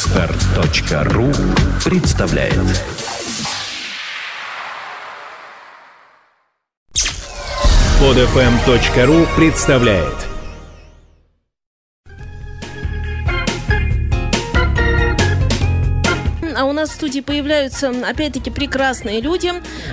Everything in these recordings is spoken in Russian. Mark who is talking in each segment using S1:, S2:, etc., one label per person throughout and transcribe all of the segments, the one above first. S1: Отстар.ру представляет Подфм.ру представляет
S2: А у нас в студии появляются, опять-таки, прекрасные люди,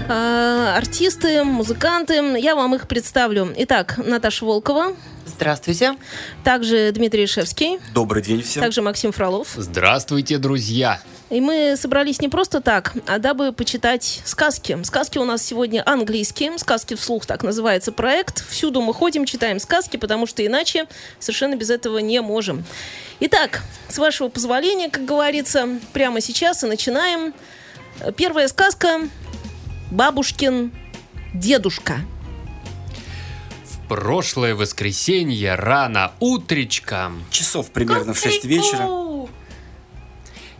S2: э, артисты, музыканты. Я вам их представлю. Итак, Наташа Волкова,
S3: Здравствуйте.
S2: также Дмитрий Ишевский,
S4: Добрый день всем.
S2: также Максим Фролов.
S5: Здравствуйте, друзья!
S2: И мы собрались не просто так, а дабы почитать сказки. Сказки у нас сегодня английские, сказки вслух так называется проект. Всюду мы ходим, читаем сказки, потому что иначе совершенно без этого не можем. Итак, с вашего позволения, как говорится, прямо сейчас и начинаем. Первая сказка «Бабушкин дедушка».
S5: В прошлое воскресенье рано утречком
S4: Часов примерно в 6 вечера.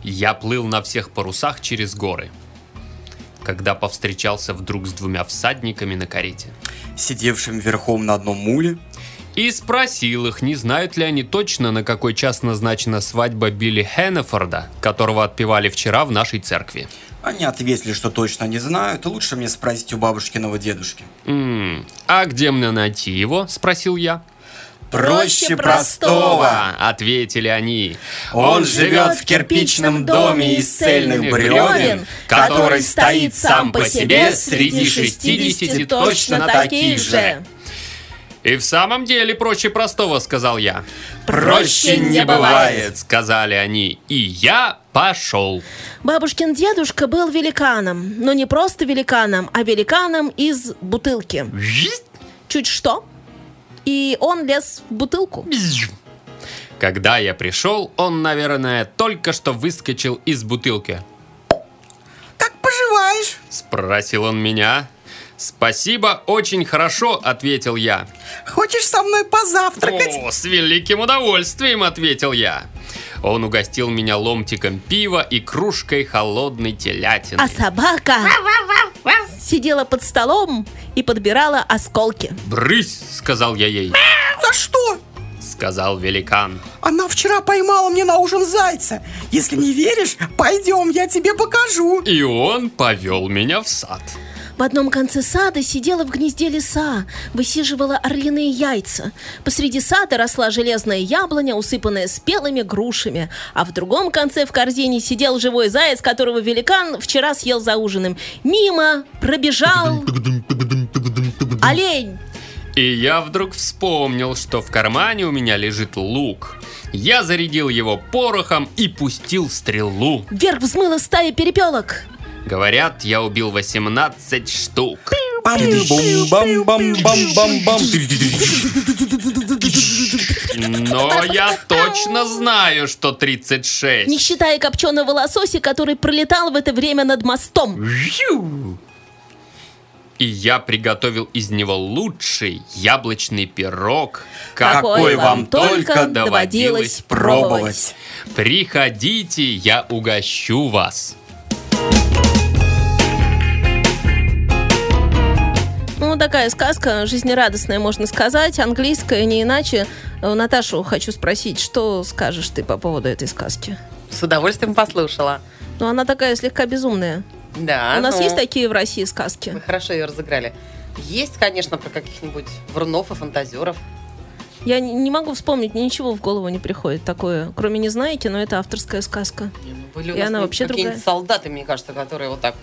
S5: я плыл на всех парусах через горы, когда повстречался вдруг с двумя всадниками на карете.
S4: Сидевшим верхом на одном муле.
S5: И спросил их, не знают ли они точно, на какой час назначена свадьба Билли Хеннефорда, которого отпевали вчера в нашей церкви.
S4: Они ответили, что точно не знают. Лучше мне спросить у бабушкиного дедушки.
S5: «М, а где мне найти его?» – спросил я.
S2: Проще простого.
S5: «А», – ответили они.
S4: Он живет в кирпичном доме из цельных бревен, который стоит сам по себе среди 60 точно таких же.
S5: И в самом деле проще простого, сказал я.
S4: Проще не бывает.
S5: сказали они. И я пошел.
S2: Бабушкин дедушка был великаном, но не просто великаном, а великаном из бутылки. Чуть что, и он лез в бутылку.
S5: Когда я пришел, он, наверное, только что выскочил из бутылки.
S4: Как поживаешь?
S5: Спросил он меня. Спасибо, очень хорошо, ответил я.
S4: Хочешь со мной позавтракать?
S5: О, с великим удовольствием, ответил я. Он угостил меня ломтиком пива и кружкой холодной телятины.
S2: А собака сидела под столом и подбирала осколки.
S5: «Брысь!» — сказал я ей,
S6: За что?
S5: сказал великан.
S6: Она вчера поймала мне на ужин зайца. Если не веришь, пойдем, я тебе покажу.
S5: И он повел меня в сад.
S2: В одном конце сада сидела в гнезде лиса, высиживала орлиные яйца. Посреди сада росла железная яблоня, усыпанная спелыми грушами. А в другом конце в корзине сидел живой заяц, которого великан вчера съел за ужином. Мимо пробежал олень.
S5: И я вдруг вспомнил, что в кармане у меня лежит лук. Я зарядил его порохом и пустил стрелу.
S2: Вверх взмыла стая перепелок.
S5: Говорят, я убил 18 штук.
S4: Бам-бам-бам-бам-бам-бам.
S5: Но я точно знаю, что 36.
S2: Не считая копченого лосося, который пролетал в это время над мостом.
S5: Жью. И я приготовил из него лучший яблочный пирог,
S4: Какой вам только доводилось пробовать.
S5: Приходите, я угощу вас.
S2: Ну, такая сказка жизнерадостная, можно сказать, английская, не иначе. Э, Наташу хочу спросить, что скажешь ты по поводу этой сказки?
S3: С удовольствием послушала.
S2: Ну, она такая слегка безумная.
S3: Да.
S5: А
S2: У нас
S3: ну,
S2: есть такие в России сказки?
S3: Вы хорошо ее разыграли. Есть, конечно, про каких-нибудь врунов и фантазеров.
S2: Я не- не могу вспомнить, ничего в голову не приходит такое. Кроме «Не знаете», но это авторская сказка.
S3: Не, ну, были у
S2: И
S3: нас
S2: она
S3: ну,
S2: вообще
S3: какие-нибудь
S2: другая.
S3: солдаты, мне кажется, которые вот так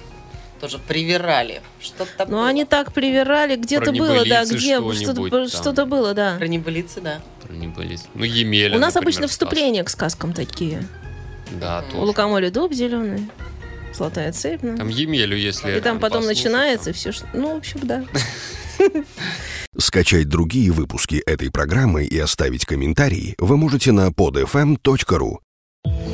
S3: тоже привирали. Что-то там
S2: Ну,
S3: было.
S2: они так привирали, где-то было, да,
S5: небылицы
S2: где
S5: что-нибудь
S2: что-то,
S5: там.
S2: что-то было, да.
S3: Про небылицы, да.
S5: Не были- Ну, Емеля,
S2: У нас
S5: например,
S2: обычно
S5: Стас.
S2: вступления к сказкам такие.
S5: Да,
S2: У
S5: тоже.
S2: лукомоли дуб зеленый, золотая цепь. ну.
S5: Там Емелю, если
S2: И там потом
S5: послушать,
S2: начинается
S5: там.
S2: все, что... Ну, в общем, да.
S7: Скачать другие выпуски этой программы и оставить комментарий вы можете на podfm.ru.